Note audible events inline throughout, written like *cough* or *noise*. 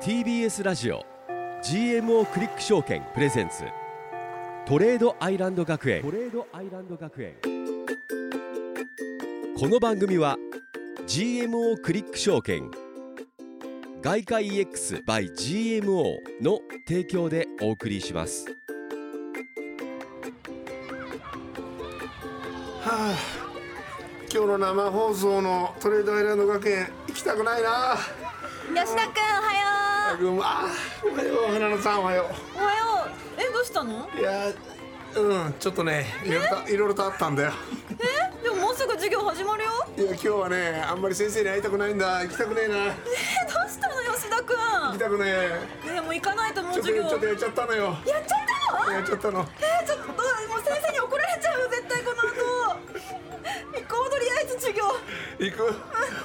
TBS ラジオ GMO クリック証券プレゼンツトレードアイランド学園トレードアイランド学園この番組は GMO クリック証券外貨 EX by GMO の提供でお送りしますはあ、今日の生放送のトレードアイランド学園行きたくないな吉田くんおはよあうわおはよう花野さんおはようおはようえどうしたのういやうんちょっとねいろいろといろいろとあったんだよえでももうすぐ授業始まるよいや今日はねあんまり先生に会いたくないんだ行きたくねえな行えどうしたの吉田くきたくねえんでもう行かないともうちょっと授業ちょっとやっちゃったのよやっちゃったのやっちゃったのえちょっとどうもう先生に怒られちゃうよ絶対この後行こうとりあえず授業行く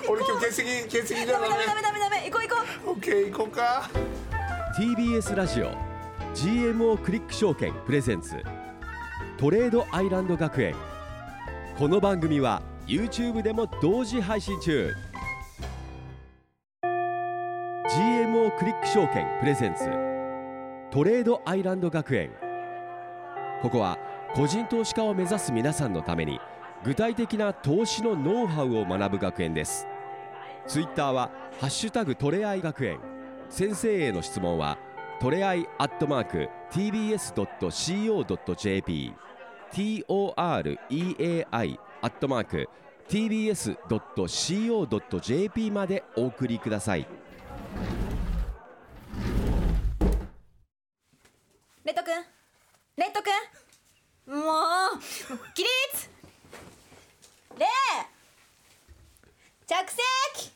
俺今日欠席欠席じゃダなメいダメダメダメダメ行こう行こうオッケー行こうか TBS ラジオ GMO クリック証券プレゼンツトレードアイランド学園この番組は YouTube でも同時配信中 GMO クリック証券プレゼンツトレードアイランド学園ここは個人投資家を目指す皆さんのために具体的な投資のノウハウを学ぶ学園ですツイッターは「ハッシュタグトレアイ学園」先生への質問はトレアイアットマーク TBS.CO.JP TOREAI アットマーク TBS.CO.JP までお送りくださいレッドくんレッドくんもう起立礼着席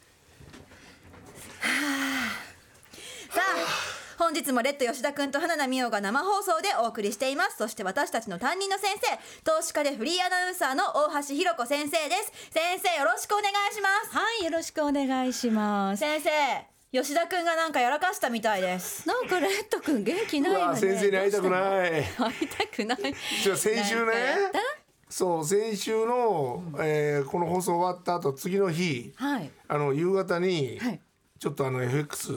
はあさあ本日もレッド吉田くんと花奈美桜が生放送でお送りしていますそして私たちの担任の先生投資家でフリーアナウンサーの大橋ひろ子先生です先生よろしくお願いしますはい、よろしくお願いします。先生吉田くんがなんかやらかしたみたいですなんかレッド君元気なういわわね。先生に会いたくどうないしたの。会いたくない。じゃあ先週ねなんかやっそう先週の、えーこの放送終わった後次の日たはい。あの夕方に、はいちょっとあの FX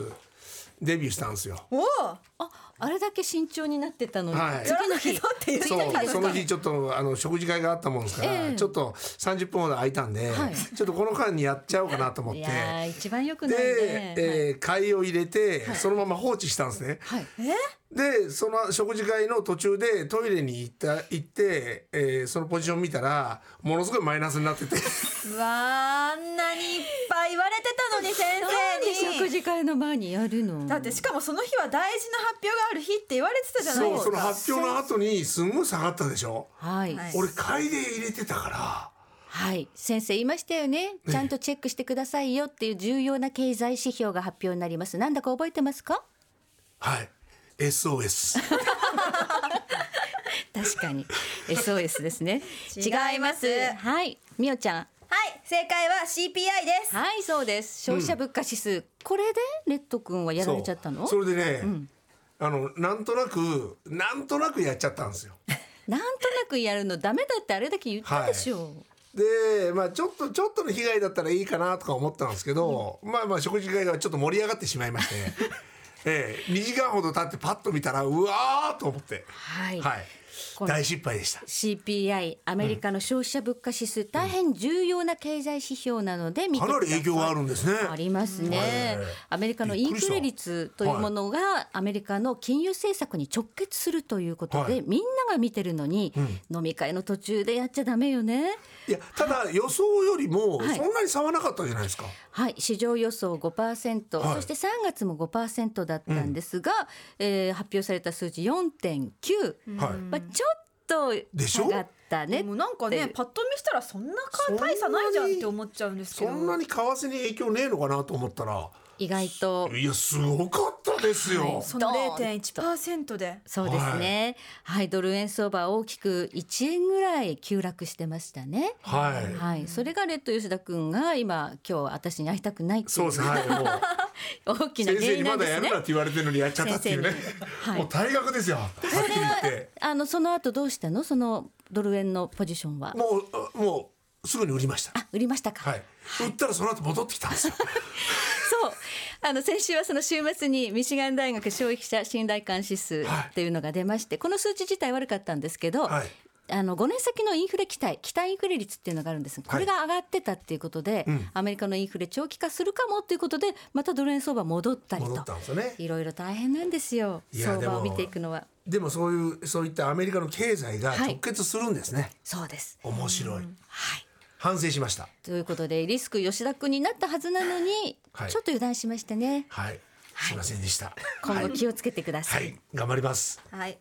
デビューしたんですよ。おおあ、あれだけ慎重になってたのに。はい次のやらない日。ぞって言ってそたんうですそかの日ちょっとあの食事会があったもんですから、ええちょっと30分ほど空いたんで、はいちょっとこの間にやっちゃおうかなと思っていやー、一番良くないでね、。えー会を入れて、そのまま放置したんですね。はい。でその食事会の途中でトイレに行った行って、えーそのポジション見たらものすごいマイナスになっててうわああんなにいっぱい言われてたのに先なんで生食に事会の前にやるの。だってしかもその日は大事な発表がある日って言われてたじゃないそでうすそかの発表の後にすんごい下がったでしょ。はい。はい俺会で入れてたから。はい、先生言いましたよね。ちゃんとチェックしてくださいよっていう重要な経済指標が発表になります。なんだか覚えてますか？はい。SOS。確かに。SOS ですね。違いますはい、みおちゃん。はい正解は CPI ですはいそうです消費者物価指数、これでレッド君は *laughs* やられちゃったのそうそれでね、あのなんとなくなんとなくやっちゃったんですよ。なんとなくやるのダメだってあれだけ言ったでしょ、でまあちょっとちょっとの被害だったらいいかなとか思ったんですけど、まあまあ食事会がちょっと盛り上がってしまいま *laughs* して、ええ、2時間ほど経ってパッと見たらうわーと思って、はいはい、この大失敗でした。 CPI アメリカの消費者物価指数、大変重要な経済指標なので見てかなくださりい影響があるんですね。ありますね、うんアメリカのインフレ率というものがアメリカの金融政策に直結するということで、はいみんなが見てるのに、飲み会の途中でやっちゃダメよねいやただ予想よりもはいそんなに差はなかったじゃないですか。はい、市場予想5%、はいそして3月も5%だったんですが、えー発表された数字4.9、はいまあ、ちょっとでし下ょがったでねもなんかっねてパッと見したらそんなか大差ないじゃんって思っちゃうんですけどそんなに為替に影響ねえのかなと思ったら意外といやすごかったですよ。はいその0.1%でそうですね、はい、ドル円相場大きく1円ぐらい急落してましたね。はい。はい、それがレッド吉田君が今今日私に会いたくないってそいううですね。はい。もう大きな先原生に因なまんだでやするねなっ。て言われてるのにやっちゃったっていうね先生に。はいもう退学ですよ。はっきり言って。あのその後どうしたのそのドル円のポジションは。もうあもすぐに売りました。あ売りましたか、はい。売ったらその後戻ってきたんですよ。そうあの先週はその週末にミシガン大学消費者信頼感指数っていうのが出まして、この数値自体悪かったんですけど、はいあの5年先のインフレ期待期待インフレ率っていうのがあるんですがこれが上がってたっていうことで、んアメリカのインフレ長期化するかもっていうことでまたドル円相場戻ったりと戻ったんですよねいろいろ大変なんですよいや相でも場を見ていくのはでもそういうそういったアメリカの経済がはい直結するんですね。そうです。面白い。はい反省しました。ということでリスク吉田君になったはずなのに、はいちょっと油断しましたねはい。すいませんでした。今後気をつけてくださ、はいい。頑張ります。はい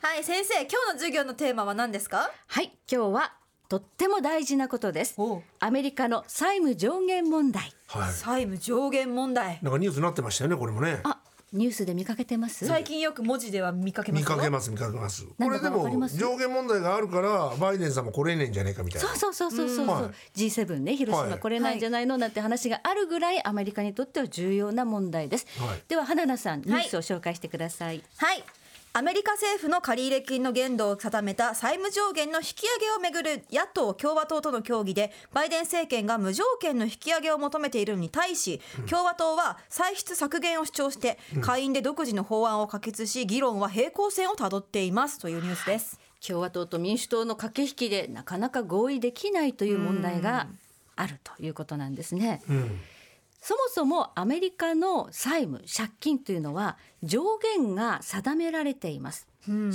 はい先生今日の授業のテーマは何ですかはい、今日はとっても大事なことです。アメリカの債務上限問題。はい。債務上限問題なんかニュースになってましたよね。これもね。あ、ニュースで見かけてます。最近よく文字では見かけます見よかけます見かけます。なこんだれかでわかりもます上限問題があるからバイデンさんも来れねえんじゃねえかみたいなそう。そうそうそうそうそう、はい G7 ね広は島いこれないんじゃないのなんて話があるぐらいアメリカにとっては重要な問題です、はいでは花田さんニュースを紹介してください、はいアメリカ政府の借入金の限度を定めた債務上限の引き上げをめぐる野党・共和党との協議でバイデン政権が無条件の引き上げを求めているのに対し共和党は歳出削減を主張して下院で独自の法案を可決し議論は平行線をたどっていますというニュースです。共和党と民主党の駆け引きでなかなか合意できないという問題があるということなんですね、うん。そもそもアメリカの債務借金というのは上限が定められています、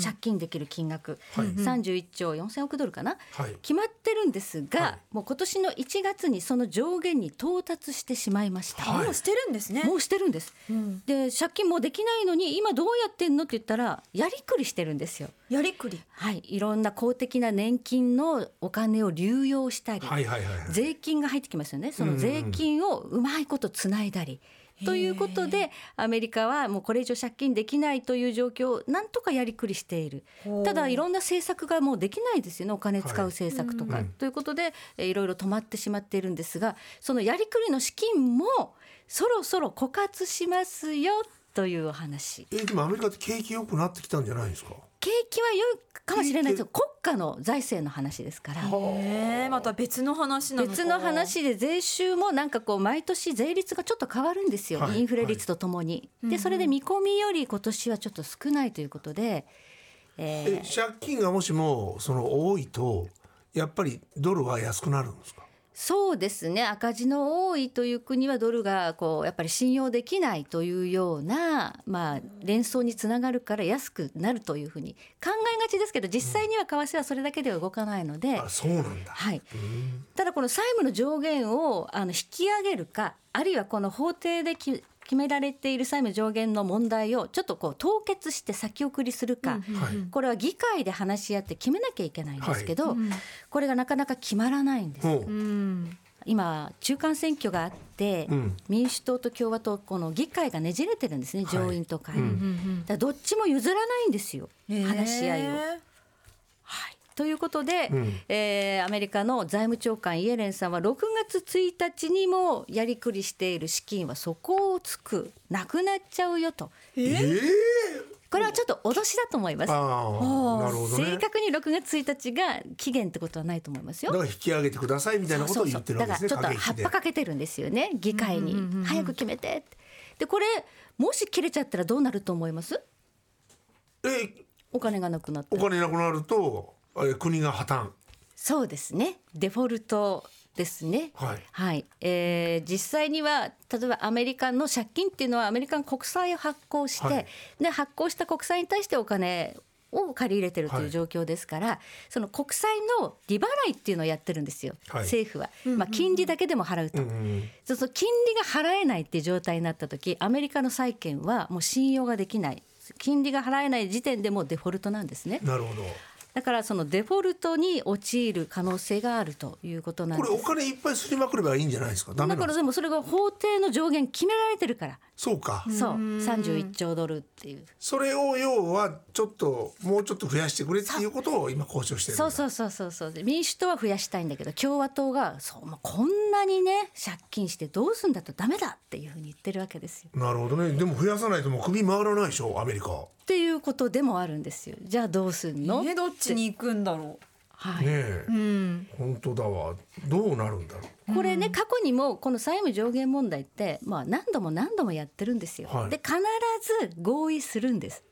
借金できる金額、はい31兆4000億ドルかな、はい決まってるんですが、はもう今年の1月にその上限に到達してしまいました、はいもうしてるんですねもうしてるんです、で借金もできないのに今どうやってんのって言ったらやりくりしてるんですよやりくりはい、いろんな公的な年金のお金を流用したり、はいはいはいはい税金が入ってきますよねその税金をうまいことつないだり。ということでアメリカはもうこれ以上借金できないという状況をなんとかやりくりしているほうただいろんな政策がもうできないですよねお金使う政策とか。はいうんということでえーいろいろ止まってしまっているんですがそのやりくりの資金もそろそろ枯渇しますよというお話。えでもアメリカって景気良くなってきたんじゃないですか。景気は良いかもしれないですよ国家の財政の話ですから。えー、また別の話なのか別の話で税収もなんかこう毎年税率がちょっと変わるんですよ、はいインフレ率とともに。でそれで見込みより今年はちょっと少ないということで、えーえ借金がもしもその多いとやっぱりドルは安くなるんですか。そうですね赤字の多いという国はドルがこうやっぱり信用できないというような、まあ、連想につながるから安くなるというふうに考えがちですけど実際には為替はそれだけでは動かないので。あそうなんだ。はい、ただこの債務の上限をあの引き上げるかあるいはこの法廷でき決められている債務上限の問題をちょっとこう凍結して先送りするか、はい。これは議会で話し合って決めなきゃいけないんですけど、これがなかなか決まらないんです。もううん今中間選挙があって、うん民主党と共和党この議会がねじれてるんですね、い上院と下院、うんだからどっちも譲らないんですよ、話し合いを。えはい、ということで、うんえーアメリカの財務長官イエレンさんは6月1日にもやりくりしている資金は底をつくなくなっちゃうよとええこれはちょっと脅しだと思います。ああなるほどね。正だ確に6月1日が期限ってことはないと思いますよ。から引き上げてくださいみたいなことを言ってるわだけかでらすちょね。っと葉っぱかけてるんですよね議会に、早く決めてってでこれもし切れちゃったらどうなると思います駆け引きでえお金がなくなったおら金なくなるとえ国が破綻。そうですねデフォルトですねはいえー実際には例えばアメリカの借金っていうのはアメリカの国債を発行して、はいで発行した国債に対してお金を借り入れてるという状況ですから、その国債の利払いっていうのをやってるんですよ、はい政府は、まあ、金利だけでも払うと、うんそうそう金利が払えないっていう状態になった時アメリカの債券はもう信用ができない金利が払えない時点でもうデフォルトなんですねなるほど。だからそのデフォルトに陥る可能性があるということなんこでれすお金いっぱいすりまくればいいんじゃないですか。ダメなだかのら。でもそれが法定の上限決められてるからそうか。そう31兆ドルっていうそれを要はちょっともうちょっと増やしてくれっていうことを今交渉してるんだそうそうそうそうそうで民主党は増やしたいんだけど共和党がそう、まあ、こんなにね借金してどうすんだとダメだっていうふうに言ってるわけですよなるほどねでも増やさないともう首回らないでしょアメリカっていうことでもあるんですよじゃあどうすんの、ーどっちに行くんだろうはいえうん本当だわどうなるんだろこれね過去にもこの債務上限問題って、まあ、何度も何度もやってるんですよ。はいで必ず合意するんです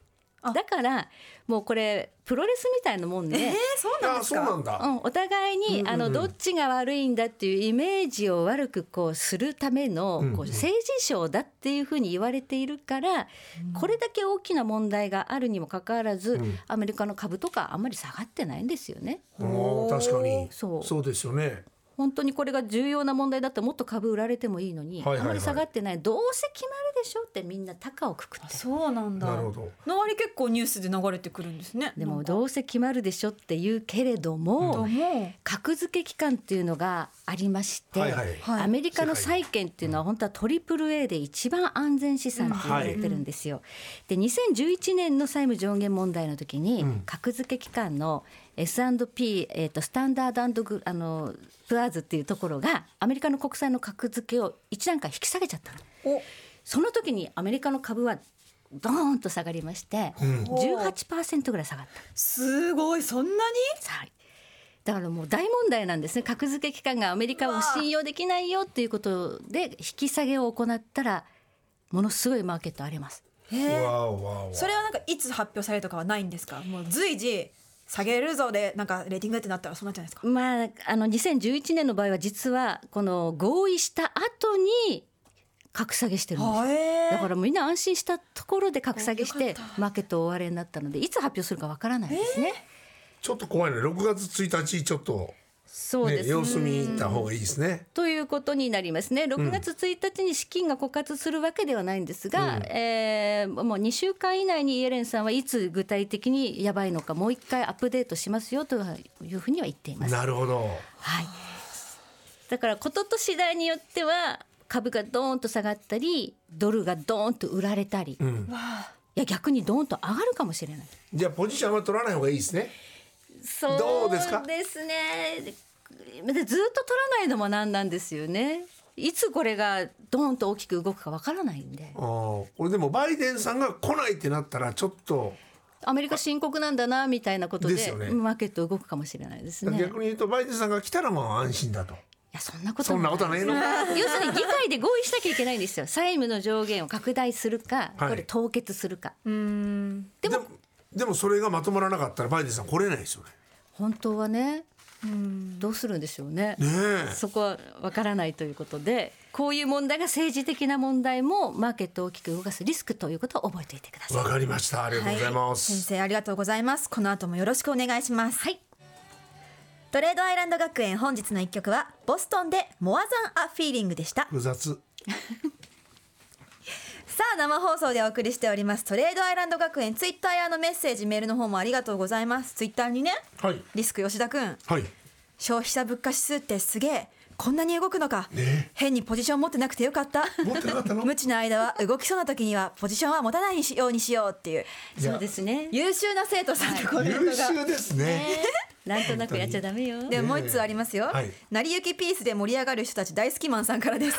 あ。だからもうこれプロレスみたいなもんえで、ー、そううなんあであすそうなかんだ、うん、お互いに、うんうんうんあのどっちが悪いんだっていうイメージを悪くこうするための、うんうんこう政治賞だっていうふうに言われているから、これだけ大きな問題があるにもかかわらず、うんアメリカの株とかあんまり下がってないんですよね。おー確かにそうそうですよね本当にこれが重要な問題だったらもっと株売られてもいいのに、はいはいはいあまり下がってないどうせ決まるでしょってみんな高をくくっあてそうなんだなるほどの割結構ニュースで流れてくるんですねでなんもかどうせ決まるでしょって言うけれども、どうも格付け機関っていうのがありまして、はいはいはいアメリカの債券っていうのは本当はトリプル A で一番安全資産って言われてるんですよ。で2011年の債務上限問題の時に、うん格付け機関の S&P、えー、とスタンダードアンドグあのプアーズっていうところがアメリカの国債の格付けを一段階引き下げちゃったの。おその時にアメリカの株はドーンと下がりまして、うん18%ぐらい下がった。すごいそんなにはいだからもう大問題なんですね格付け機関がアメリカを信用できないよっていうことで引き下げを行ったらものすごいマーケット荒れますへえわおわおわおそれはなんかいつ発表されるとかはないんですかもう随時下げるぞでなんかレーティングってなったらそうなんじゃないですかまああの2011年の場合は実はこの合意した後に格下げしてるんですはえだからみんな安心したところで格下げしよてかっマーケット大荒れになったのでいつ発表するかわからないですね、ちょっと怖いね6月1日ちょっと、そうでね、すね様子見た方がいいですねということになりますね6月1日に資金が枯渇するわけではないんですが、えーもう2週間以内にイエレンさんはいつ具体的にやばいのかもう一回アップデートしますよというふうには言っています。なるほどはい、だからことと次第によっては株がドーンと下がったりドルがドーンと売られたり、いや逆にドーンと上がるかもしれない。じゃあポジションは取らない方がいいですねそうどうですかですね。でずっと取らないのもなんなんですよね。いつこれがドーンと大きく動くかわからないんであ、ーこれでもバイデンさんが来ないってなったらちょっと、アメリカ深刻なんだなみたいなことでですよねマーケット動くかもしれないですね。い逆に言うとバイデンさんが来たらまあ安心だとやそんなことそんなことはねえのか要するに議会で合意しなきゃいけないんですよ。債務の上限を拡大するか、はいこれ凍結するか。うんでもでもでもそれがまとまらなかったらバイデンさん来れないですよね本当はね、うんどうするんでしょうね。ねえそこはわからないということで、こういう問題が政治的な問題もマーケットを大きく動かすリスクということを覚えておいてください。わかりましたありがとうございま先す、生ありがとうございますこの後もよろしくお願いしますはいトレードアイランド学園本日の一曲はボストンでモアザンアフィーリングでした複雑さあ生放送でお送りしておりますトレードアイランド学園ツイッターやのメッセージメールの方もありがとうございますツイッターにねはいリスク吉田くんはい消費者物価指数ってすげえこんなに動くのか、ね変にポジション持ってなくてよかった持ってなかったの無知の間は動きそうな時にはポジションは持たないようにしようっていういやそうですね。優秀な生徒さんのコメントが優秀ですねなんとなくやっちゃダメよ。でもう一つありますよ、はい成り行きピースで盛り上がる人たち大好きマンさんか *laughs* らです、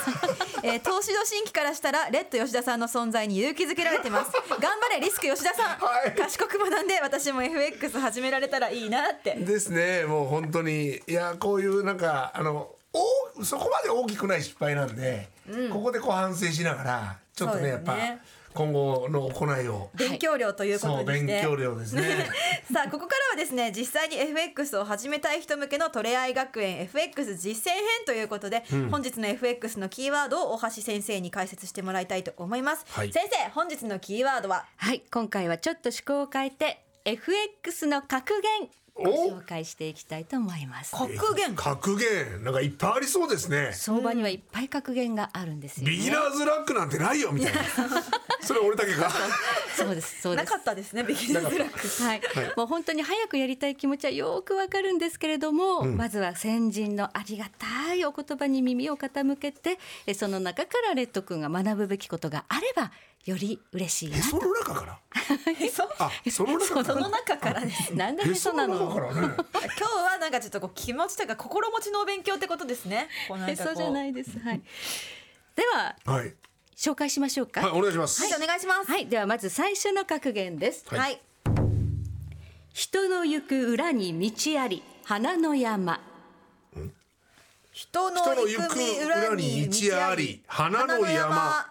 えー投資の新規からしたらレッド吉田さんの存在に勇気づけられてます頑張れリスク吉田さん、はい賢く学んで私も FX 始められたらいいなってですねもう本当にいやこういうなんかあのおそこまで大きくない失敗なんで、ここでこう反省しながらちょっとねそうやでっすぱね今後の行いを勉強量というこそとうで勉して、強量ですね *laughs* さあここからはですね実際に FX を始めたい人向けのトレアイ学園 FX 実践編ということで、本日の FX のキーワードを大橋先生に解説してもらいたいと思います、はい先生本日のキーワードははい、今回はちょっと趣向を変えて FX の格言おご紹介していきたいと思います。格言格言なんかいっぱいありそうですね相場にはいっぱい格言があるんですよ、ビギナーズラックなんてないよみたいなそれ俺だけかそうです、そうなですか。ったですねビギナーズラックはい、もう本当に早くやりたい気持ちはよくわかるんですけれども、まずは先人のありがたいお言葉に耳を傾けて、えその中からレッド君が学ぶべきことがあればより嬉しいなえその中からへそあその中かそらの中からですと。なんでへへそそなの中の？からね *laughs* 今日はなんかちょっとこう気持ちというか心持ちのお勉強ってことですねこうなんへかこそうじゃないです。はい。では *laughs* はい紹介しましょうか。はいお願いしますはいお願いしますはい、ではまず最初の格言です。はいはい人の行く裏に道あり。花の山人の人の行行くく裏裏にに道道あありり花花のの山山わ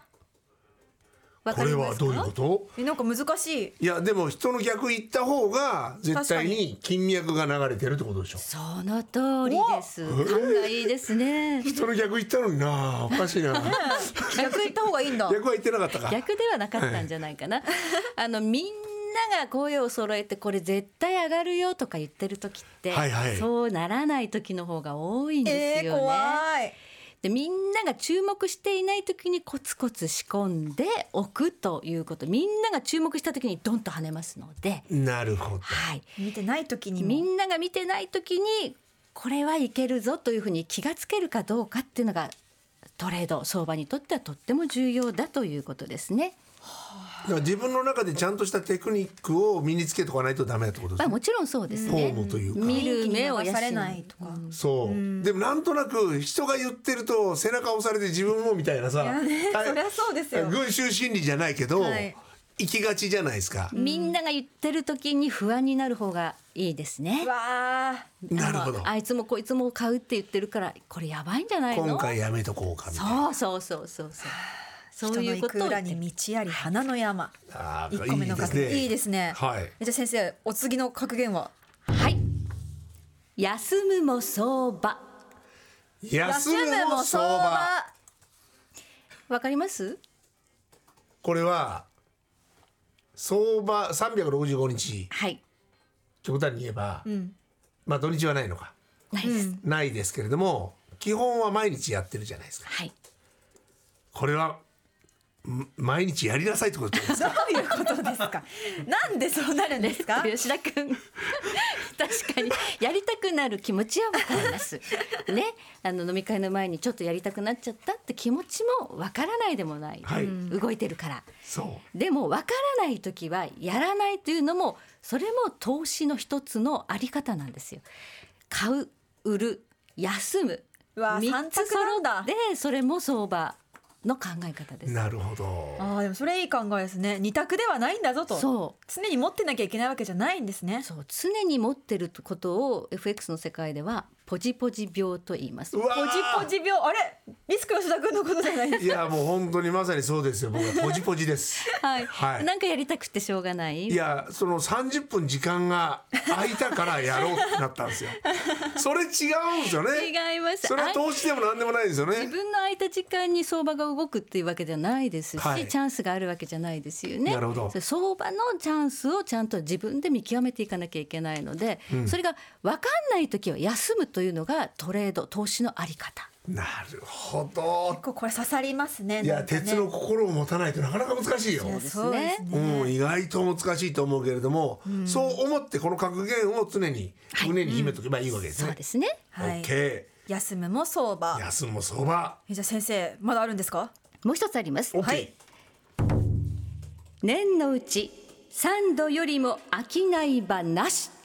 こかれりまはすかどういうことえなんか難しいいやでも人の逆行った方が絶対に筋脈が流れてるってことでしょその通りです勘がいいで *laughs* すね人の逆行ったのになおかしい *laughs* な逆行った方が *laughs* いいんだ逆は行ってなかったか逆ではなかったんじゃな *laughs* いかなあのみんなが声を揃えてこれ絶対上がるよとか言ってる時って、はいはいそうならない時の方が多いんでえーすよね、怖いでみんなが注目していない時にコツコツ仕込んでおくということみんなが注目した時にドンと跳ねますので、なるほどはい、見てない時にみもんなが見てない時にこれはいけるぞというふうに気がつけるかどうかっていうのがトレード相場にとってはとっても重要だということですね。だから自分の中でちゃんとしたテクニックを身につけとかないとダメだってことでますあ、ねもちろんそうですフォねー。ムというか見る雰囲気目をに流養されないとかうんそう、でもなんとなく人が言ってると背中押されて自分もみたいなさ、 *laughs* あれそりゃそうですよ群衆心理じゃないけど、はい行きがちじゃないですか、みんなが言ってる時に不安になる方がいいですね。わあなるほどあのあいつもこいつも買うって言ってるからこれやばいんじゃないの今回やめとこうかみたいなそうそうそうそうそうそう人いのう行こくとを裏に道あり花の山あ一個目の格言いいですねはいじゃあ先生お次の格言ははい休むも相場休むも相場わかりますこれは相場365日はい極端に言えば、んまあ土日はないのかないです、ないですけれども基本は毎日やってるじゃないですかはいこれはん毎日やりなさいってことです *laughs* どういうことですか *laughs* なんでそうなるんですか吉田君確かにやりたくなる気持ちはわかりますねあの飲み会の前にちょっとやりたくなっちゃったって気持ちもわからないでもない、はい動いてるからそうでもわからない時はやらないというのもそれも投資の一つのあり方なんですよ。買う売る休むうわ三つ三揃択なっんてそれも相場の考え方です。なるほど。 *laughs* ああでもそれいい考えですね二択ではないんだぞとそう常に持ってなきゃいけないわけじゃないんですねそう常に持ってることを FX の世界ではポジポジ病と言います。うポわジーポジ病あれリスク吉田君のことじゃないですいやもう本当にまさにそうですよ。僕はポジポジです。 *laughs* はい、はいなんかやりたくてしょうがない。いやその三十分時間が空いたからやろうってなったんですよ。それ違うんですよね。違います。それは投資でも何でもないんですよ自ね。分の空いた時間に相場が動くっていうわけじゃないですし、はいチャンスがあるわけじゃないですよね。なるほどそう相場のチャンスをちゃんと自分で見極めていかなきゃいけないので、それが分かんない時は休むというのがトレード投資のあり方。なるほど結。 *laughs* 構これ刺さりますねいなやんかね鉄の心を持たないとなかなか難しいよ。いやそうですねうん、意外と難しいと思うけれども、そう思ってこの格言を常に胸に秘めとけばいいわけですそうねで。すね。はいオッケ休むも相場ー。安も相場。えじゃあ先生まだあるんですかもう一つありますオ。ッはケい年のうち三度よりも商い場なし。ー。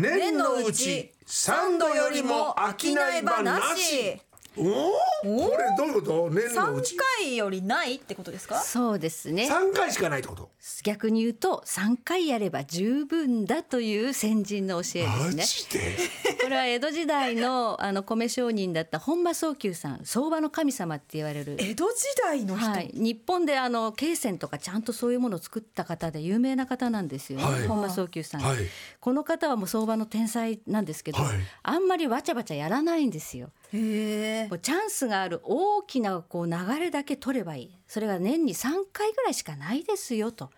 年のうち三度よりも商い場なし。おお、これどういうこと？年の三うち回よりないってことですかそうですね。三回しかないってこと。逆に言うと三回やれば十分だという先人の教えでマすね。ジで？これは江戸時代のあの米商人だった本間宗久さん相場の神様って言われる、江戸時代の人、はい、日本であの経線とかちゃんとそういうものを作った方で有名な方なんですよね、はい本間宗久さん、はいこの方はもう相場の天才なんですけど、はいあんまりわちゃわちゃやらないんですよ。へえこうチャンスがある大きなこう流れだけ取ればいいそれが年に3回ぐらいしかないですよと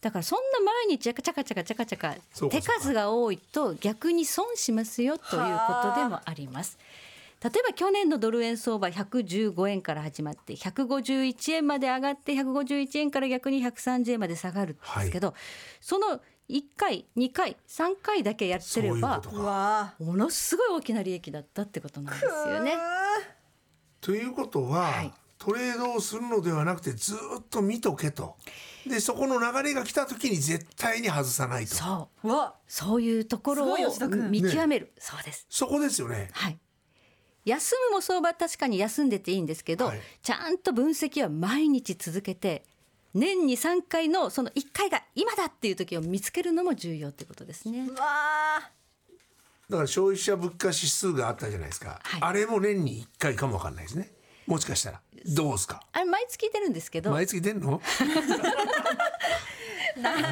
だからそんな毎日やかちゃかちゃかちゃかちゃかそうか手数が多いと逆に損しますよということでもあります。例えば去年のドル円相場115円から始まって151円まで上がって151円から逆に130円まで下がるんですけど、その1回2回3回だけやってそうれいうこばとうか。わものすごい大きな利益だったってことなんですーよね。ということは、はいトレードをするのではなくてずっと見とけと。でそこの流れが来た時に絶対に外さないと。そううわそういうところすをごい吉田君見極める、そうですそこですよね。はい休むも相場確かに休んでていいんですけど、はいちゃんと分析は毎日続けて年に3回のその1回が今だっていう時を見つけるのも重要ってことですねうだわから消費者物価指数があったじゃないですか、はいあれも年に1回かもわかんないですねもしかしたらどうですかあれ毎月出るんですけど毎月出ん *laughs* の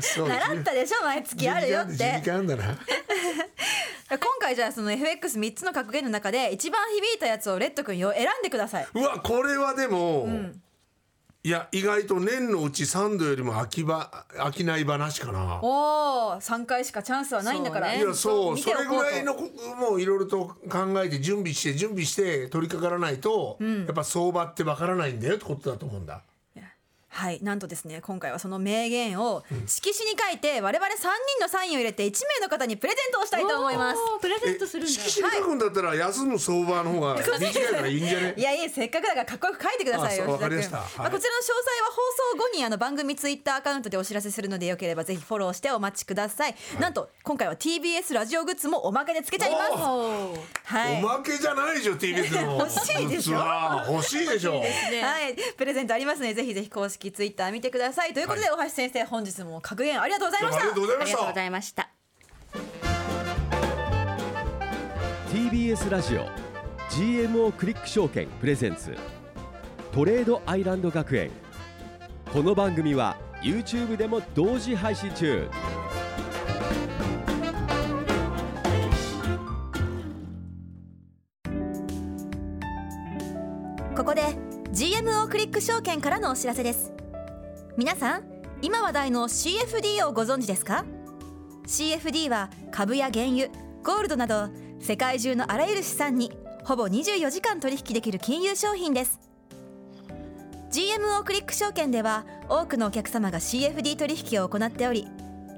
そう習ったでしょ毎月あるよって12回あんだな今回じゃあその FX3 つの格言の中で一番響いたやつをレッド君よ選んでくださいうわこれはでも、んいや意外と年のうち3度よりも飽きば飽きない話かなおお3回しかチャンスはないんだからそういねやそう見そておれこうとぐらいのこもういろいろと考えて準備して準備して取り掛からないと、やっぱ相場ってわからないんだよってことだと思うんだはいなんとですね今回はその名言を色紙に書いて我々3人のサインを入れて1名の方にプレゼントをしたいと思いますおープレゼントするんだ色紙に書くんだったら休む相場の方が短いからいいんじゃねいやいやせっかくだからかっこよく書いてくださいよあそうわ吉田君かりましたはいあこちらの詳細は放送後にあの番組ツイッターアカウントでお知らせするのでよければぜひフォローしてお待ちください、なんと今回は TBS ラジオグッズもおまけでつけちゃいますおーはいおまけじゃないでしょ TBS の欲しいでしょうわ欲しいでしょねはい、プレゼントありますのでぜひぜひ公式ツイッター見てくださいということで、大橋先生本日も格言ありがとうございどうまもあしりがたとうございあまりしがとうたございました。 TBS ラジオ GMO クリック証券プレゼンツトレードアイランド学園この番組は YouTube でも同時配信中ここで GMO クリック証券からのお知らせです皆さん今話題の CFD をご存知ですか CFD は株や原油ゴールドなど世界中のあらゆる資産にほぼ24時間取引できる金融商品です GMO クリック証券では多くのお客様が CFD 取引を行っており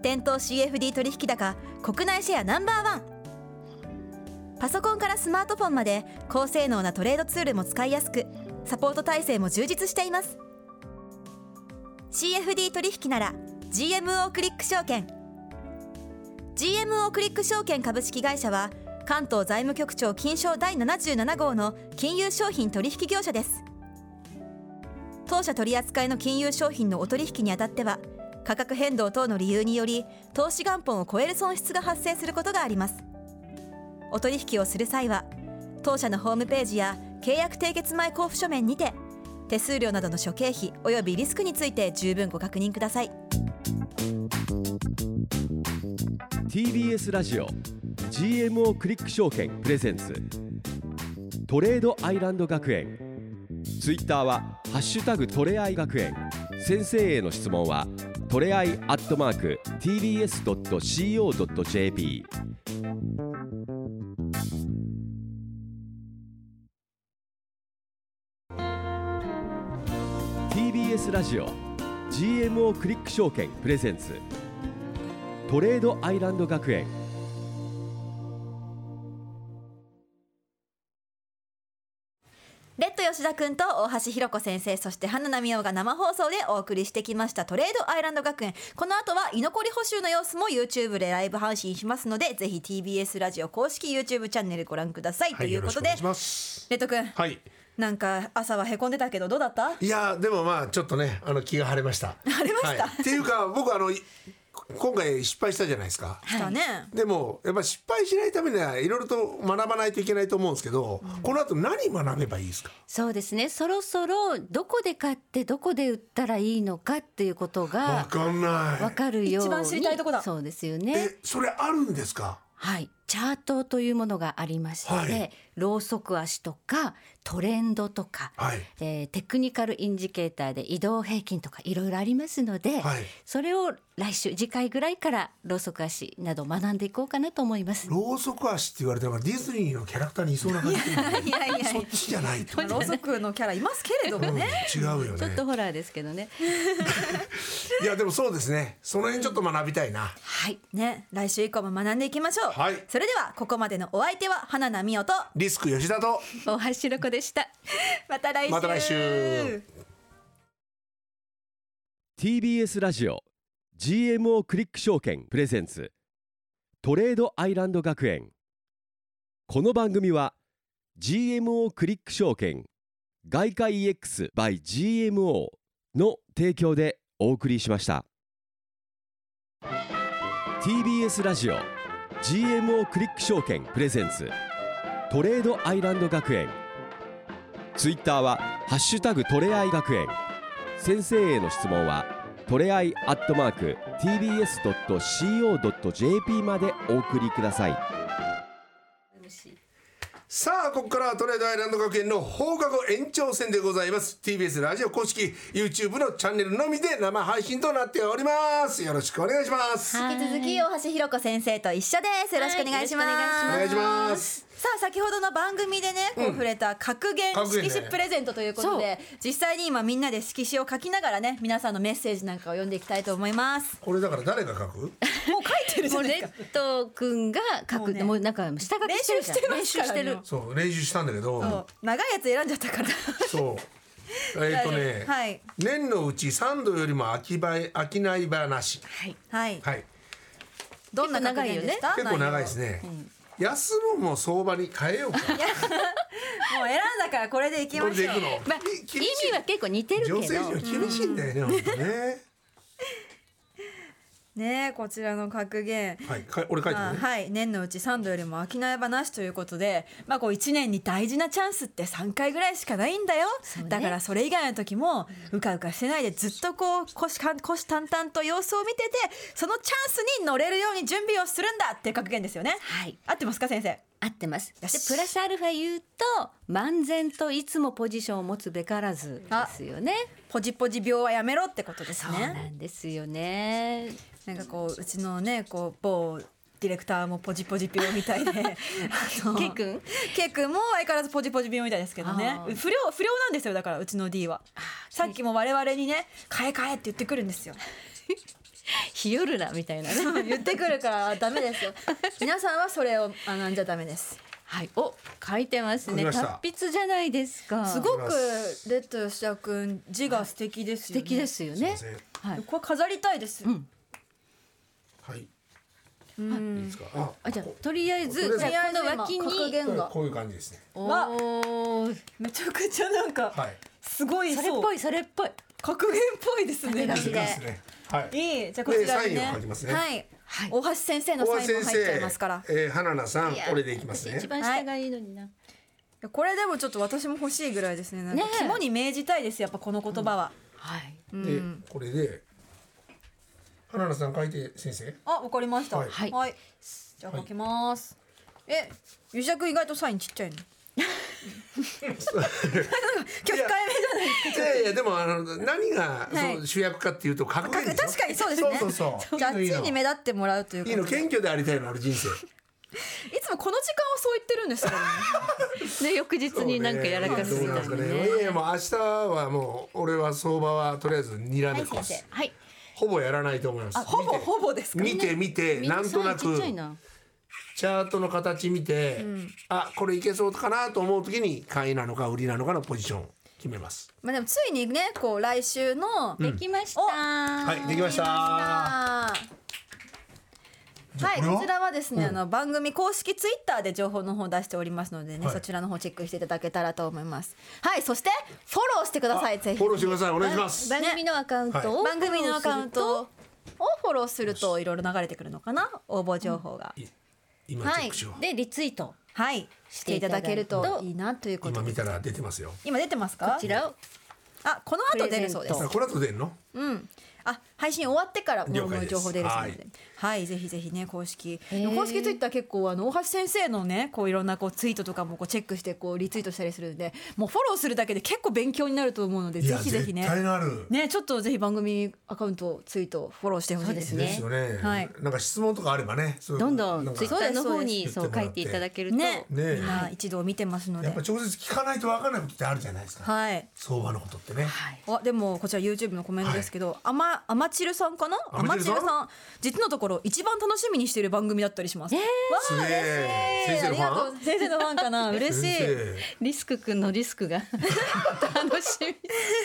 店頭 CFD 取引高国内シェアナンバーワンパソコンからスマートフォンまで高性能なトレードツールも使いやすくサポート体制も充実しています CFD 取引なら GMO クリック証券 GMO クリック証券株式会社は関東財務局長金賞第77号の金融商品取引業者です当社取扱いの金融商品のお取引にあたっては価格変動等の理由により投資元本を超える損失が発生することがありますお取引をする際は当社のホームページや契約締結前交付書面にて手数料などの諸経費およびリスクについて十分ご確認ください TBS ラジオ GMO クリック証券プレゼンツトレードアイランド学園ツイッターは「ハッシュタグトレアイ学園」先生への質問はトレアイアットマーク TBS.CO.JP TBS ラジオ GMO クリック証券プレゼンツトレードアイランド学園レッド吉田君と大橋ひろ子先生そして花奈美桜が生放送でお送りしてきましたトレードアイランド学園この後は居残り補修の様子も YouTube でライブ配信しますのでぜひ TBS ラジオ公式 YouTube チャンネルご覧ください、はということでよろしくお願いしますレッド君はいなんか朝はへこんでたけどどうだったいやーでもまあちょっとねあの気が晴れました。晴れましたはいっていうか僕あのい今回失敗したじゃないですか。したね、でもやっぱ失敗しないためにはいろいろと学ばないといけないと思うんですけど、この後何学べばいいですか。そうですね。そろそろどこで買ってどこで売ったらいいのかっていうことわがかんない。わかるよう一に。番知りたいとこだそうですよね。えそれあるんですか。はい、チャートというものがありまして、はいローソク足とかトレンドとか、はいえーテクニカルインジケーターで移動平均とかいろいろありますので、はいそれを来週次回ぐらいからローソク足など学んでいこうかなと思います。ローソク足って言われたのがディズニーのキャラクターにいそうな感じ。いやいやいやそっちじゃないと。ロウソクのキャラいますけれどもうん違ね。うよちょっねと。ホラーですけどね。いやでもそうですね。その辺ちょっと学びたいな。はい、ね、来週以降も学んでいきましょう。はいそれでは、ここまでのお相手は花奈美桜と。リスク吉田と。大橋ロコでした。また来週。また来週 TBS ラジオ GMO クリック証券プレゼンツトレードアイランド学園この番組は GMO クリック証券外貨 EX by GMO の提供でお送りしました TBS ラジオ GMO クリック証券プレゼンツトレードアイランド学園ツイッターは「ハッシュタグトレアイ学園」先生への質問はトレアイアットマーク TBS.CO.JP までお送りくださいさあここからはトレードアイランド学園の放課後延長戦でございます TBS ラジオ公式 YouTube のチャンネルのみで生配信となっておりますよろしくお願いしますはい引き続き大橋ひろ子先生と一緒ですよろしくお願いします,、おは願いしますさあ先ほどの番組でねこう触れた格言格言ね色紙プレゼントということで、実際に今みんなで色紙を書きながらね皆さんのメッセージなんかを読んでいきたいと思いますこれだから誰が書くもう書いてるじもゃうないでレすかッド君が書もうくねもうなんか下書きしてるじゃん練習してますからね練習そう練習したんだけ *laughs* そうど長いやつ選んじゃったから *laughs* そうえっとね、はい年のうち3度よりも飽きばい飽きない話はいはい、はいどんな格言でした結構長いですねね、休むも相場に変えようか *laughs* もう選んだからこれでいきこまれしでいょくうの、まあき意厳しい味は結構似てるけど女性陣は厳しいんだよね、ほんとねねえこちらの格言はいか俺書いてまるあね、はい、年のうち3度よりも商い話ということで、まあ、こう1年に大事なチャンスって3回ぐらいしかないんだよ、うねだからそれ以外の時もうかうかしてないでずっとこう腰か腰淡々と様子を見ててそのチャンスに乗れるように準備をするんだっていう格言ですよね。はい合ってますか先生合ってます。でよしプラスアルファ言うと漫然といつもポジションを持つべからずですよね。ポジポジ病はやめろってことですそうなね。んですよね。なんかこううちのねこう某ディレクターもポジポジ病みたいであのケイ君ケイ君も相変わらずポジポジ病みたいですけどねあー不良不良なんですよだからうちの D はさっきも我々にね「買え買え」って言ってくるんですよ日和なみたいな *laughs* ね。言ってくるからダメです *laughs* よ皆さんはそれを学んじゃダメですはい。お書いてます書きね。ました達筆じゃないですか。すいごくレッド吉田君字が素敵です素よね敵ですよねすいま。はい。これ飾りたいです、うん。はい、いいですかああじゃあとりあえずとりじあえずゃあこの脇今格言にあこういう感じですねおおーめちゃくちゃなんか、はいすごいそれっそうぽいそれっぽい。格言っぽいですね縦書そきうでですねはいいいじゃあこちらにでサインねを書きますねはい、はい大橋先生の大サ橋インも先入っちゃい生ますから、えー、花菜さんやこれでいきますね私一番下がいいのにな。これでもちょっと私も欲しいぐらいですねなんかねえ肝に銘じたいですやっぱこの言葉は、はい。でこれで花菜さん書いて先生あわかりましたは、はいいじゃあ書きます、えゆしゃく意外とサインちっちゃい *laughs* のい今日控えめじゃないやいやでもあの何が、はいその主役かっていうと格言でしょ確かにそうですねそうそうそうじゃああっちいいのに目立ってもらうというこいいとので謙虚でありたいのある人生いつもこの時間はそう言ってるんですけど *laughs* ねで翌日になんかやらかすみたいそうねどうなんすかなねねいやもう明日はもう俺は相場はとりあえずにらめっこです、はい先はい。ほぼやらないと思いますあほぼほぼですか見て見てみんななんとなサインちっくちゃいな。チャートの形見て、あこれいけそうかなと思う時に買いなのか売りなのかのポジション決めますまあでもついにねこう来週のできました。おはいできましたはい、これはこちらはですね、あの番組公式ツイッターで情報の方を出しておりますのでね、はいそちらの方チェックしていただけたらと思います。はい、そしてフォローしてください。ぜひフォローしてくださいお願いします番組のアカウントを番組のアカウントをフォローするといろいろ流れてくるのかな、応募情報が。今チェックしよう、でリツイートこはい、していただけるといいなというこ今と見で。たら出てますよ今出てますか？ちらをあ、この後出るそうでプレすゼント。あこれ後出んのうん。あ、配信終わってからも了解うです情報出るそうなのでは、はい、ぜひぜひね公式、へー公式ツイッター結構あの大橋先生のねこういろんなこうツイートとかもこうチェックしてこうリツイートしたりするんで、もうフォローするだけで結構勉強になると思うので、いぜやひぜひ絶対ね、なる、ねちょっとぜひ番組アカウントツイートフォローしてほしいですそうでね。すよね、はいなんか質問とかあればねそういうどんどんなかツイッターの方にそそううです書いていただけると、ね、みねんな一度見てますのやっでぱ、直接聞かないとわからないことってあるじゃないですか、はい。相場のことってね、あでもこちら YouTube のコメントですけど、あまアマチルさんかなアアママチチルルささんん実のところ一番楽しみにしている番組だったりします、わあすげえ嬉しい先生のファンありがとう先生のファンかな *laughs* 嬉しい先リ生リスク君のリ *laughs* スクが楽し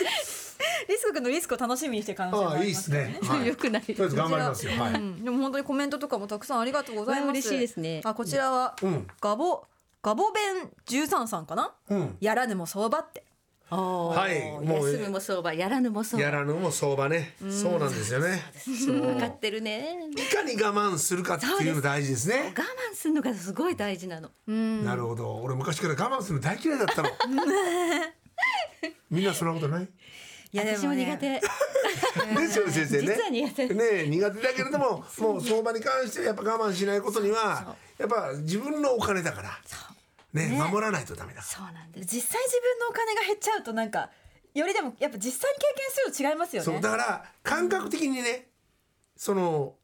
スクのリスクを楽しみにしてる可能性もあああいいでりますすね、は *laughs* みい、良くなとりあえずる頑張りますよはい、うんでも本当にコメントとかもたくさんありがとうございますわあ嬉しいですねあこちらは、うんガボガボ弁13さんかなうんやらぬも相場ってはいももうう休むも相場やらぬも相や場らぬも相場ねそうなんですよねそう分かってるねいかに我慢するかっていうの大事です我ね慢するのがすごい大事なのなるほど俺昔から我慢するの大嫌いだった *laughs* のみんなそんなことないいやでもね私も苦手ですよね先生ね実は苦手ねえ苦手だけれど *laughs* ももう相場に関してはやっぱ我慢しないことにはやっぱ自分のお金だからね守らないとダメだそうなんです実際自分のお金が減っちゃうとなんかよりでもやっぱ実際に経験すると違いますよそうねだから感覚的にねその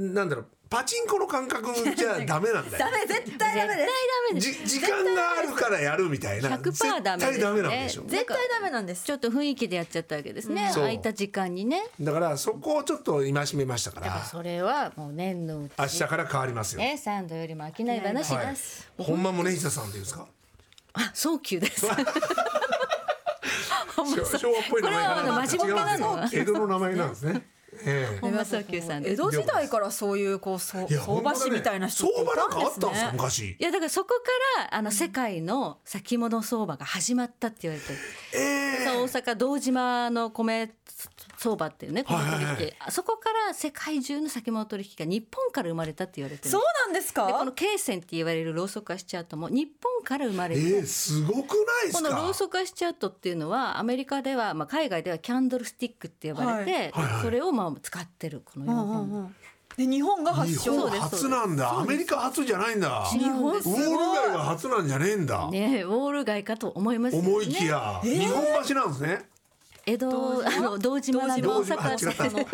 んなんだろうパチンコの感覚じゃダメなんだよ *laughs* ダメ絶対ダメですじ時間があるからやるみたいな100%絶ダ対メですねダメなんでしょ絶絶対ダメなんですちょっと雰囲気でやっちゃったわけですね、そう空いた時間にねだからそこをちょっと戒めましたかだかららそれはもう年のうち明日から変わりますよ、ね三度よりも商い話はいだ、ほんまもねひささんっていうんですかあ早急です *laughs* ほんまそう昭和っぽい名前かこれはあなの真面目な違うんのですね江戸の名前なんですね、えほんま早急さんです江戸時代からそういうこうそえ、う相場師みたいな人って相場いなんかあったたんでんですすかね昔いやだからそこからあの世界の先物相場が始まったって言われてる、そう大阪堂島の米相場っていうね米取引、はいはいはあそこから世界中の先物取引が日本から生まれたって言われてるそうなんですでこかの経線って言われるロウソクアシチャートも日本から生まれえてー、すごくないですこかのローソクアシチャートっていうのはアメリカでは、まあ、海外ではキャンドルスティックって呼ばれて、はいはいはいそれをまあ使ってるこのう4んう本、んうんで日本が発日祥本初なんだアメリカ初じゃないんだ違日本すウォごール街いが初なんじゃねえんだ、ねえウォール街かと思いますよね思いきや、日本橋なんですね江戸あの堂島な堂の島 *laughs* 堂大阪島の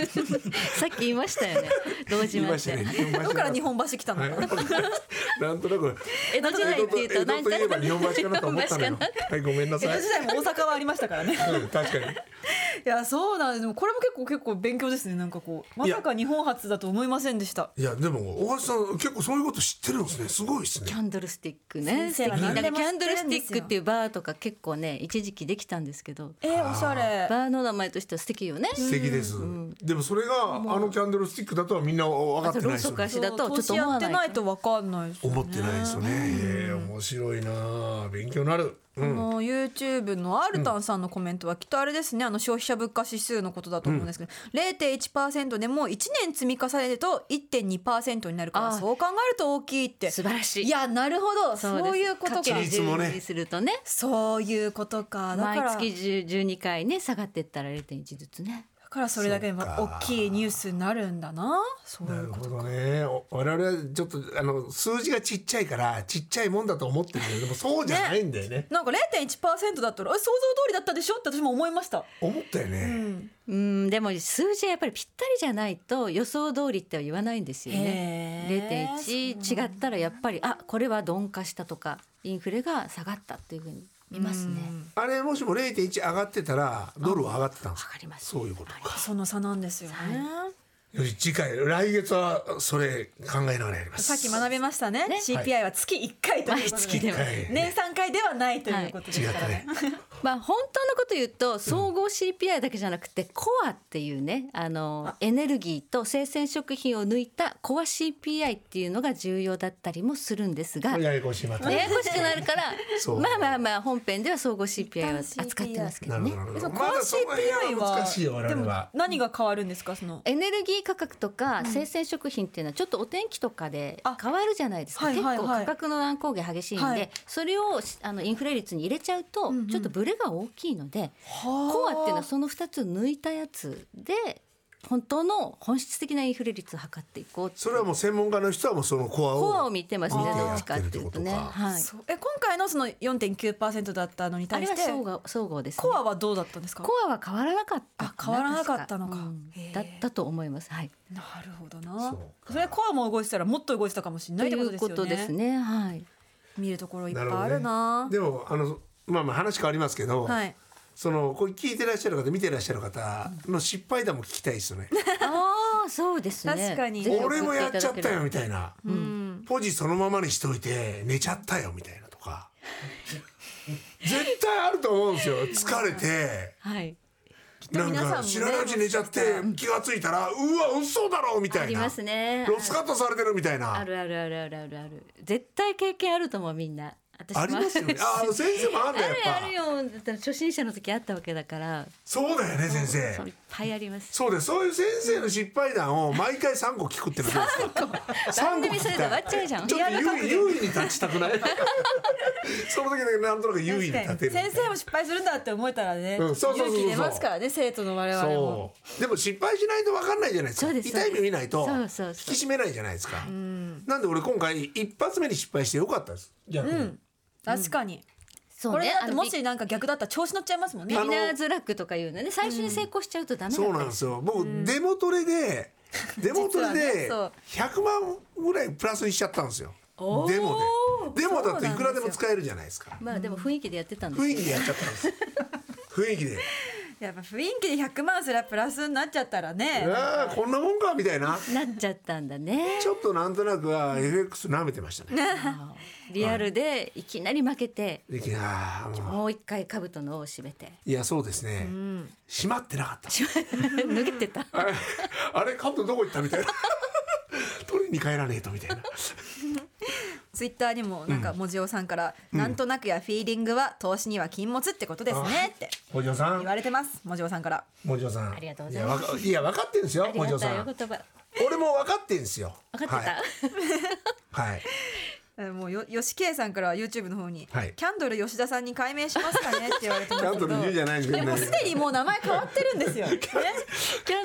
さっき言いましたよね堂言い島まっしたて、ね日本橋どこから日本橋来たのはいかな *laughs* なんとなく江戸時代っていうと江戸な江ん戸かといえば日本橋かなと思ったのよ日本はいごめんな江さい戸時代も大阪はありましたからねうん確かに *laughs* いやそうなんですでもこれも結構結構勉強ですねなんかこうまさか日本初だと思いませんでしたいやでも大橋さん結構そういうこと知ってるんですねすごいですねキャンドルスティックね先生は素敵何でもキャンドル知ってるスんテでィすよックっていうバーとか結構ね一時期できたんですけどえー、おしゃれバーの名前としては素敵よね素敵です、でもそれがあのキャンドルスティックだとはみんな分かあってとないでローすよソねク足だとちょっと投資思やっわてないないとわかんないです思ってないですよね。へえ面白いなあ勉強になる。うあん。の YouTube のアルタンさんのコメントはきっとあれですね、あの消費者物価指数のことだと思うんですけど、0.1%でも1年積み重ねると1.2%になるからあーそう考えると大きいって素晴らしいいやなるほどそそううですいうことか各一律もね順にするとねそういうことかだか毎ら月10 12回ね下がってったら0.1ずつねだからそれだけでもそうか大きいニュースになるんだなそういなうるこほとどね。お我々はちょっとあの数字がちっちゃいからちっちゃいもんだと思ってるけど、でもそうじゃないんだよね。なんか0.1%だったらえ想像通りだったでしょって私も思いました思ったようね。んうんでも数字はやっぱりぴったりじゃないと予想通りっては言わないんですよねへー0.1違ったらやっぱりあこれは鈍化したとかインフレが下がったっていうふうに見ますねあれもしも0.1上がってたらドルは上がってたんです上がりますそういうことか。その差なんですよね、よし次回来月はそれ考えながらやります。さっき学びましたね CPI は月1回ということで、毎月でははい年3回ではないということです違っからたね、ね。まあ本当のこと言うと総合 CPI だけじゃなくてコアっていうねあのエネルギーと生鮮食品を抜いたコア CPI っていうのが重要だったりもするんですがややこしいまた。ややこしくなるからそうまあまあまあ本編では総合 CPI は扱ってますけなどるほねどなるほそど。のまだその辺 CPI はは難しいよ我で々もは。何が変わるんですかそのエネルギー価格とか生鮮食品っていうのはちょっとお天気とかであ変わるじゃないですか、はいはいはい結構価格の乱高下激しいんで、はいそれをあのインフレ率に入れちゃうとんうんちょっとブレが大きいので、ココアっていうのはその2つを抜いたやつで本当の本質的なインフレ率を測っていこうっていうそれはもう専門家の人はもうそのコアを。コアを見てますね見てどやっっちかっていうとてるってね。ことはい、そうえ今回のその4.9%だったのにあ対れしはて総合総合です、ね、コアはどうだったんですかコアは変わらなかったかあ変わらなかったのか確へえだったと思いますはいなるほどなそそうかれコアも動いてたらもっと動いてたかもしれとないっいてことうですよねことですね *laughs* はい見るところいっぱないるほどあねるなでもあのまあまあ話変わりますけど、はいそのこれ聞いてらっしゃる方見てらっしゃる方の失敗談も聞きたいですよね。ああそうですね確かにぜひ送俺もていやっだちゃっければたよみたいな、うんポジそのままにしといて寝ちゃったよみたいなとか絶対あると思うんですよ疲れて。はいとなん皆さんもねか知らないうちに寝ちゃって気がついたら「うわ嘘だろ」みたあいりなますねロスカットされてるみたいあなるあるあるあるあるある絶対経験あると思うみんな私もあります *laughs* よねああの先生もあんあだやっるぱあるよだって初心者の時あったわけだからそうだよね先生そういっぱいありますそうだよそういう先生の失敗談を毎回三個聞くってのはどうですか番組それで終わっちゃうじゃんちょっと優位優位に立ちたくない *laughs* その時だけなんとなく優位に立てるみたい先な生も失敗するんだって思えたらね、うんそうそうそうそう勇気出ますからね生徒の我々もそうでも失敗しないと分かんないじゃないですかそうです痛い目見ないとそう引そうそうき締めないじゃないですかなんで俺今回一発目に失敗してよかったです逆に、確かに、そうこれねだっあてのもしなんか逆だったら調子乗っちゃいますもんねビギナーズラックとかいうのね最初に成功しちゃうとダメだそうなんですよ僕デモトレでデモトレで実はね100万ぐらいプラスにしちゃったんですよおーデモでデモだそうなとんでいすよくらでも使えるじゃないですかまあでも雰囲気でやってたんです雰よ囲気でやっちゃったんですよ雰囲気でやっぱ雰囲気で100万すらプラスになっちゃったらねああこんなもんかみたいななっちゃったんだねちょっとなんとなくは FX 舐めてましたねリアルでいきなり負けてできなもうもう一回兜の尾を締め *laughs* ていやそうですね閉まってなかった脱げてたあれ *laughs* あれカットどこ行ったみたいな *laughs* 取りに帰らねえとみたいなツイッターにもなんか文字おさんから、なんとなくやフィーリングは投資には禁物ってことですねってお嬢さ言われてます文字おさんからお嬢さんありがとうございますやわかいや分かってんですよありおが嬢たさいおん言葉分か俺も分かってんですよってた、はい、はい、えーもうよ吉圭さんから YouTube の方に、はいキャンドル吉田さんに改名しますかねって言われてますキャけどンドル言うじゃないですけどでもすでにもう名前変わってる *laughs* んですよ、ね、キャ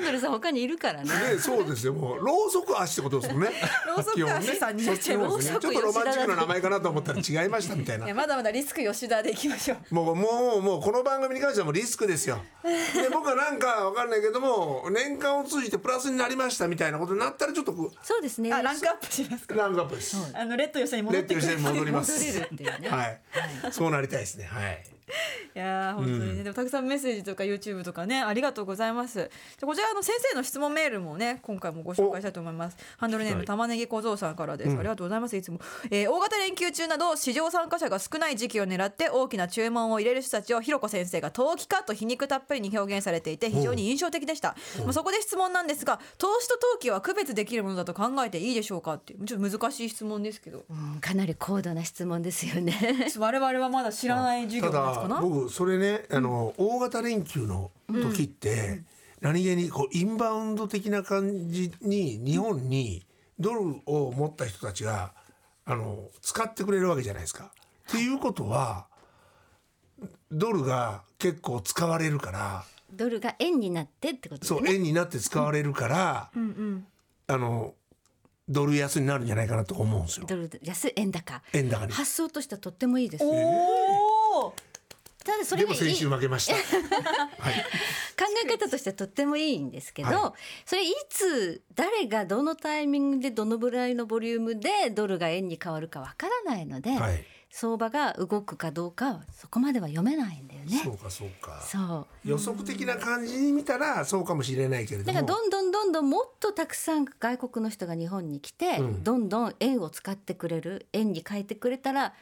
ンドルさん他にいるからねね、そうですよもうろうそく足ってことですもんねろうそく足さんになっちゃいま基本すねそっちの方ですねちょっとロマンチックな名前かなと思ったら違いましたみたいない *laughs* やまだまだリスク吉田でいきましょうもうもうもうこの番組に関してはもうリスクですよ。で僕はなんかわかんないけども年間を通じてプラスになりましたみたいなことになったらちょっとこそうですねあランクアップしますうランクアップです。あのレッド吉田に戻レっッドてく吉田に戻ります。戻れるっていうねはい、そうなりたいですね。はい。いやー本当にね、でもたくさんメッセージとか YouTube とかねありがとうございますじゃあこちらあの先生の質問メールもね今回もご紹介したいと思いますハンドルネーム玉ねぎ小僧さんからです、ありがとうございますいつも、えー大型連休中など市場参加者が少ない時期を狙って大きな注文を入れる人たちをひろこ先生が投機家と皮肉たっぷりに表現されていて非常に印象的でした、まあ、そこで質問なんですが投資と投機は区別できるものだと考えていいでしょうかっていうちょっと難しい質問ですけどうんかなり高度な質問ですよね *laughs* 我々はまだ知らない授た業なんですかだな僕それねあの、大型連休の時って、何気にこうインバウンド的な感じに日本にドルを持った人たちがあの使ってくれるわけじゃないですか。っていうことはドルが結構使われるからドルが円になってってことそう円になって使われるから、あのドル安になるんじゃないかなと思うんですよドル安円高円高に。発想としてはとってもいいですおおただそれでもがいい先週考負けま *laughs* した。はいえ方としてはとってもいいんですけど、はそれいつ誰がどのタイミングでどのぐらいのボリュームでドルが円に変わるかわからないので、はい相場が動くかどうかはそこまでは読めないんだよねそうかそうか。そう予測的な感じに見たらそうかもしれないけれどだからもどんどんどんどんもっとたくさん外国の人が日本に来て、うんどんどん円を使ってくれる円に変えてくれたら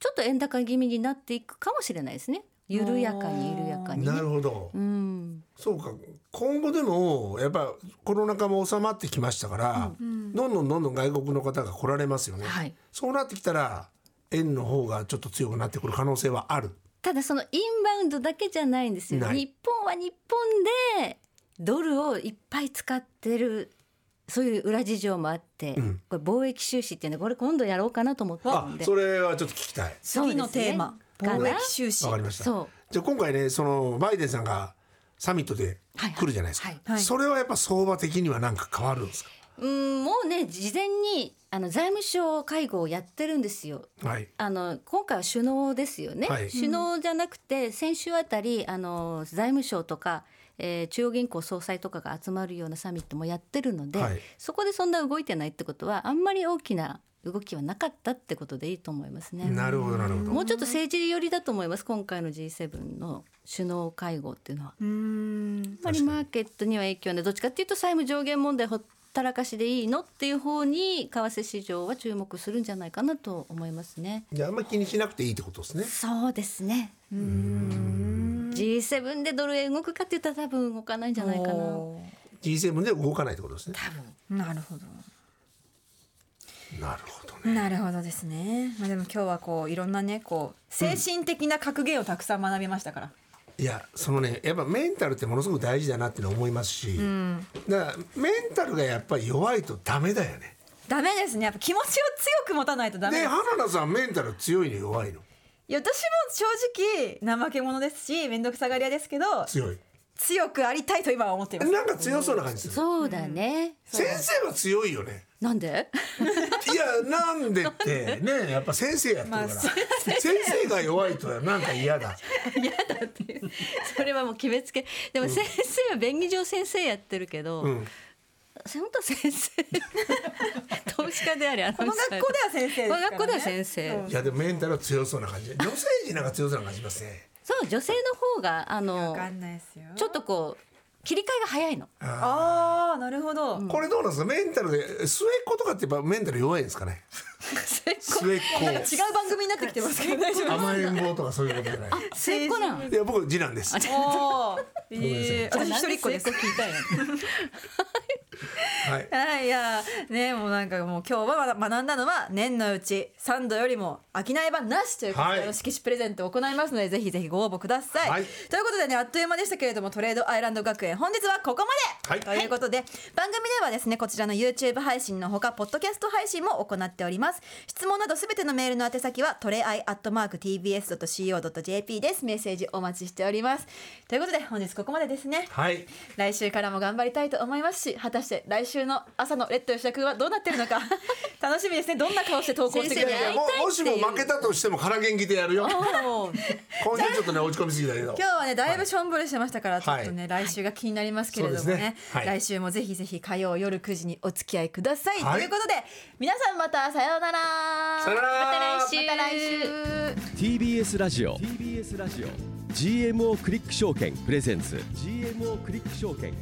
ちょっと円高気味になっていくかもしれないですね緩やかに緩やかにねなるほど、うんそうか今後でもやっぱコロナ禍も収まってきましたから、どんどんどんどん外国の方が来られますよね、はいそうなってきたら円の方がちょっと強くなってくる可能性はあるただそのインバウンドだけじゃないんですよない日本は日本でドルをいっぱい使ってるそういう裏事情もあって、んこれ貿易収支っていうのこれ今度やろうかなと思ってるあんでそれはちょっと聞きたい次のテーマ、そう貿ですねかな易収支わかりましたそうじゃあ今回ねそのバイデンさんがサミットで来るじゃないですか、はいはいそれはやっぱ相場的には何か変わるんですかうんもうね事前にあの財務省会合をやってるんですよ。はいあの今回は首脳ですよね、はい首脳じゃなくて先週あたりあの財務省とか、えー中央銀行総裁とかが集まるようなサミットもやってるので、はいそこでそんな動いてないってことはあんまり大きな動きはなかったってことでいいと思いますね。なるほどなるほどもうちょっと政治寄りだと思います今回の G7 の首脳会合っていうのは。うーんやっぱりマーケットには影響ねどっちかっていうと債務上限問題ほったらかしでいいのっていう方に為替市場は注目するんじゃないかなと思いますね。じゃああんまり気にしなくていいってことですねそうですね。G7 でドル円動くかって言ったら多分動かないんじゃないかな。お G7 で動かないってことですね多分ーなるほどなるほどねなるほどですね。まあでも今日はこういろんなねこう精神的な格言をたくさん学びましたから。いやそのねやっぱメンタルってものすごく大事だなっていうのは思いますし、だからメンタルがやっぱり弱いとダメだよねダメですね。やっぱ気持ちを強く持たないとダメで。です花田さんメンタル強いの弱いのいや私も正直怠け者ですし面倒くさがり屋ですけど強い強くありたいと今は思っています。なんか強そうな感じするそうだね、先生は強いよねなんでいやなんでってねやっぱ先生やってるから、まあ先生が弱いとはなんか嫌だ嫌だっていう *laughs* それはもう決めつけでも先生は便宜上先生やってるけど、うん本当先生 *laughs* 投資家であり *laughs* あこの学校では先生ですから、ね。我が子では先生、うんいやでもメンタルは強そうな感じ女性陣なんか強そうな感じしますねそう女性の方があのわかんないですよ。ちょっとこう切り替えが早いのあああなるほど。ーこれどうなんですかメンタルで末っ子とかってやっぱメンタル弱いんですかね末っ *laughs* 違う番組になってきてますけど *laughs* 大丈子甘えん坊とかそういうことじゃない末っ子なのいや僕次男ですあじゃ夫。おーえー、私一人っ子です。聞いたよはいはい、いやねもうなんかもう今日は学んだのは年のうち3度よりも商い場なしということはいであの色紙プレゼントを行いますので、ぜひぜひご応募ください、はいということでねあっという間でしたけれどもトレードアイランド学園本日はここまで、はいということで、番組ではですねこちらの YouTube 配信のほかポッドキャスト配信も行っております質問などすべてのメールの宛先はトレアイアットマーク TBS.CO.JP ですメッセージお待ちしておりますということで本日ここまでですねはい来週からも頑張りたいと思いますし果たして来週の朝のレッド吉田君はどうなってる *laughs* のか楽しみですねどんな顔して投稿してくれるいのやかももしも負けたとしても空元気でやるよ *laughs* *laughs* 今週ちょっとね落ち込みすぎだけど今日はねだいぶしょんぼりしてましたから、ちょっとね、来週が気になりますけれどもそうねですねはい来週もぜひぜひ火曜夜9時にお付き合いください、はいということで皆さんまたさようならさよならまた来週 TBS ラジオ TBS ラジオ GMO クリック証券プレゼンツ GMO クリック証券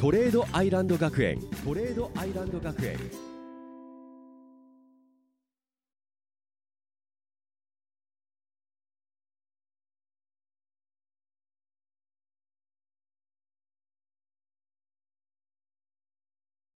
トレードアイランド学園トレードアイランド学園